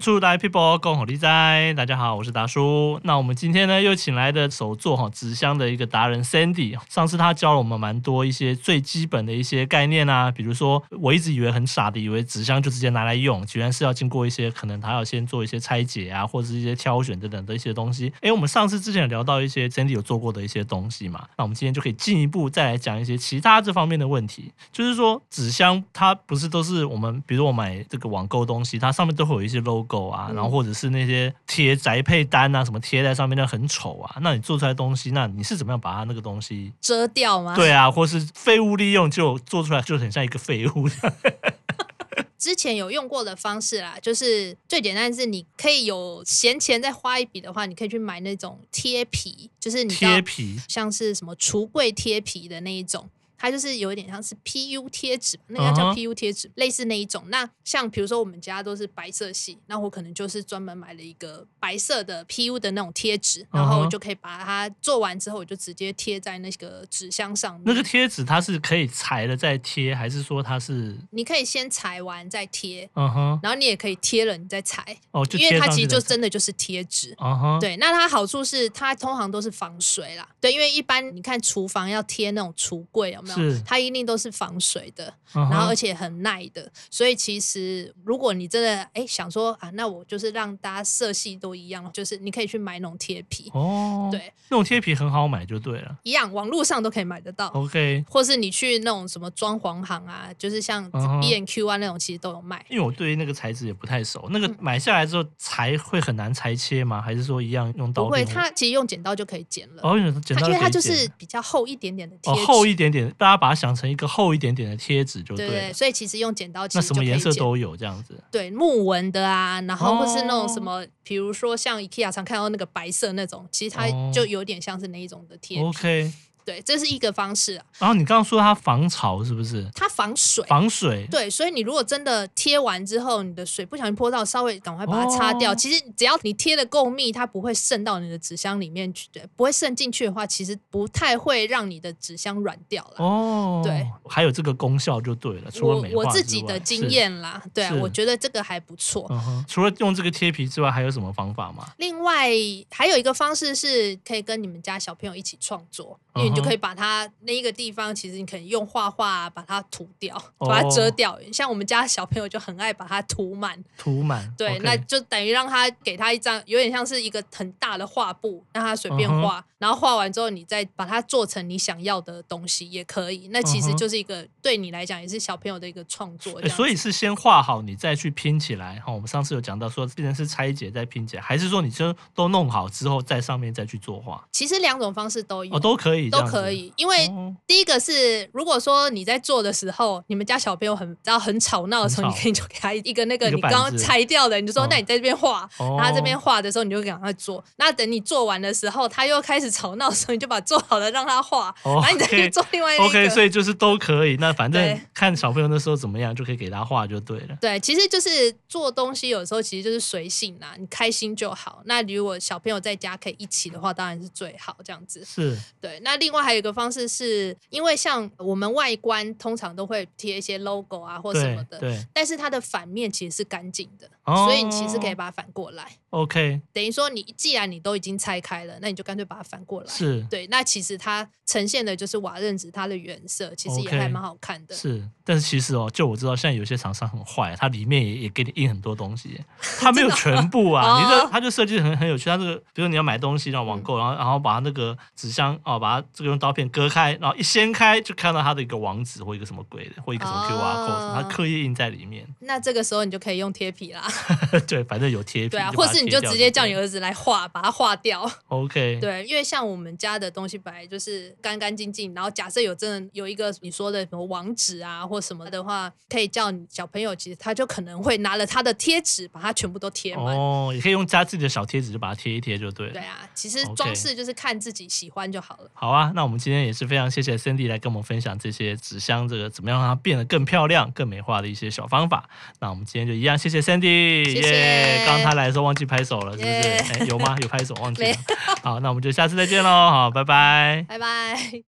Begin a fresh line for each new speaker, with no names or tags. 出来 people 共好利哉，大家好，我是达叔。那我们今天呢，又请来的手作哈纸箱的一个达人 Sandy。上次他教了我们蛮多一些最基本的一些概念啊，比如说我一直以为很傻的，以为纸箱就直接拿来用，居然是要经过一些可能他要先做一些拆解啊，或者是一些挑选等等的一些东西。诶，我们上次之前有聊到一些 Sandy 有做过的一些东西嘛，那我们今天就可以进一步再来讲一些其他这方面的问题。就是说纸箱它不是都是我们，比如我买这个网购东西，它上面都会有一些 logo 啊，
嗯
然后或者是那些贴宅配单啊，什么贴在上面，那很丑啊。那你做出来的东西，那你是怎么样把它那个东西？
遮掉吗？
对啊，或是废物利用，就做出来就很像一个废物。
之前有用过的方式啦，就是最简单的是你可以有闲钱再花一笔的话，你可以去买那种贴皮，就是你知道
贴皮
像是什么橱柜贴皮的那一种。它就是有一点像是 PU 贴纸，那个
嗯
叫
哼
PU 贴纸类似那一种。那像比如说我们家都是白色系，那我可能就是专门买了一个白色的 PU 的那种贴纸，然
嗯
后我
哼
就可以把它做完之后，我就直接贴在那个纸箱上面。
那个贴纸，它是可以裁了再贴，还是说它是
你可以先裁完再贴，
嗯哼
然后你也可以贴了你再裁，
哦，就
因为
贴
它
上
其
去
实就
的
真的就是贴纸。
嗯哼
对，那它好处是它通常都是防水啦，对，因为一般你看厨房要贴那种橱柜有没
是
有？它一定都是防水的，
嗯
然后而
哼
且很耐的，所以其实如果你真的哎想说啊，那我就是让大家色系都一样，就是你可以去买那种贴皮，
哦，，
对，
那种贴皮很好买就对了。
一样网络上都可以买得到。
OK，
或是你去那种什么装潢行啊，就是像
嗯哼
B N Q 啊那种，其实都有卖。
因为我对那个材质也不太熟，那个
嗯
买下来之后裁会很难裁切吗？还是说一样用刀
不
片？
会，它其实用剪刀就可以剪了。
哦，用剪
它
刀
因为它
可以
就是
剪
比较厚一点点的贴
哦
纸，
厚一点点，大家把它想成一个厚一点点的贴纸就
对
了。
对，所以其实用剪刀其
那
实
什
就可
么
以
颜色
剪
都有这样子。
对木纹的啊，然后或是那
哦
种什么，比如说像 IKEA 常看到那个白色那种，其实它
哦
就有点像是那一种的贴纸。
OK，
对，这是一个方式啊，
然后你刚刚说它防潮是不是？
它防水。
防水。
对，所以你如果真的贴完之后，你的水不小心泼到，稍微赶快把它擦掉。
哦
其实只要你贴的够密，它不会渗到你的纸箱里面去，对，不会渗进去的话，其实不太会让你的纸箱软掉了。
哦，
对，
还有这个功效就对了。除了
我
美化
我自
之
己的
外
经， 验啦，对啊，
是
我觉得这个还不错。
是嗯哼，除了用这个贴皮之外，还有什么方法吗？
另外还有一个方式是可以跟你们家小朋友一起创作，因为你就
嗯哼
可以把它那一个地方，其实你可以用画画、把它涂掉，
哦
把它遮掉。像我们家小朋友就很爱把它涂满，
涂满。
对
OK
那就等于让他给他一张，有点像是一个很大的画布，让他随便
嗯哼
画，然后画完之后，你再把它做成你想要的东西也可以。那其
嗯
实
哼
就是一个、对你来讲也是小朋友的一个创作这
欸
样子。
所以是先画好，你再去拼起来。哈、我们上次有讲到说，变成是拆解再拼起来，还是说你就都弄好之后，在上面再去作画？
其实两种方式都有，
哦，都可以，
嗯都可。以，哎因为
哦
第一个是，如果说你在做的时候，你们家小朋友很然后很吵闹的时候，
很吵
你可以就给他一个那个
一个
你
板
刚
子
刚裁掉的，你就说
嗯
那你在这边画，
哦
然后他这边画的时候，你就赶快做。那等你做完的时候，他又开始吵闹的时候，你就把做好的让他画，
哦
然后你再去
，OK
做另外一
OK，所
个。
以就是都可以。那反正
对
看小朋友那时候怎么样，就可以给他画就对了。
对，其实就是做东西，有时候其实就是随性啦，你开心就好。那如果小朋友在家可以一起的话，当然是最好这样子。
是，
对，那另外还有一个方式是，因为像我们外观通常都会贴一些 logo 啊或什么
对
的，
对
但是它的反面其实是干净的，
哦
所以你其实可以把它反过来。
，OK，
等于说你既然你都已经拆开了，那你就干脆把它反过来。
是
对，那其实它呈现的就是瓦楞纸它的原色，其实也
OK
还蛮好看的。
是。但是其实哦，就我知道，现在有些厂商很坏，它里面也也给你印很多东 西，它没有全部啊。
哦
你这它就设计得很很有趣，它这个比如你要买东西，然后网购，然
嗯
后然后把它那个纸箱哦，把它这个用刀片割开，然后一掀开就看到它的一个网址或一个什么鬼的，或一个什么 QR code，、
哦
它刻意印在里面。
那这个时候你就可以用贴皮啦，
对，反正有贴皮，
对啊，
把
或
它
是你
贴
就
掉
直接叫你
对了
儿子来画，把它画掉。
OK，
对，因为像我们家的东西本来就是干干净净，然后假设有真的有一个你说的什么网址啊或什么的话，可以叫你小朋友，其实他就可能会拿了他的贴纸把它全部都贴满。
哦，也可以用加自己的小贴纸就把它贴一贴就对了。
对啊，其实
OK
装饰就是看自己喜欢就好了。
好啊，那我们今天也是非常谢谢 Cindy 来跟我们分享这些纸箱这个怎么样让它变得更漂亮、更美化的一些小方法。那我们今天就一样，谢谢 Cindy，
谢
耶
谢
刚刚她来的时候忘记拍手了，是不是？
耶
哎有吗？有拍手忘记
没
了
有。
好，那我们就下次再见喽，好，拜拜。
拜拜。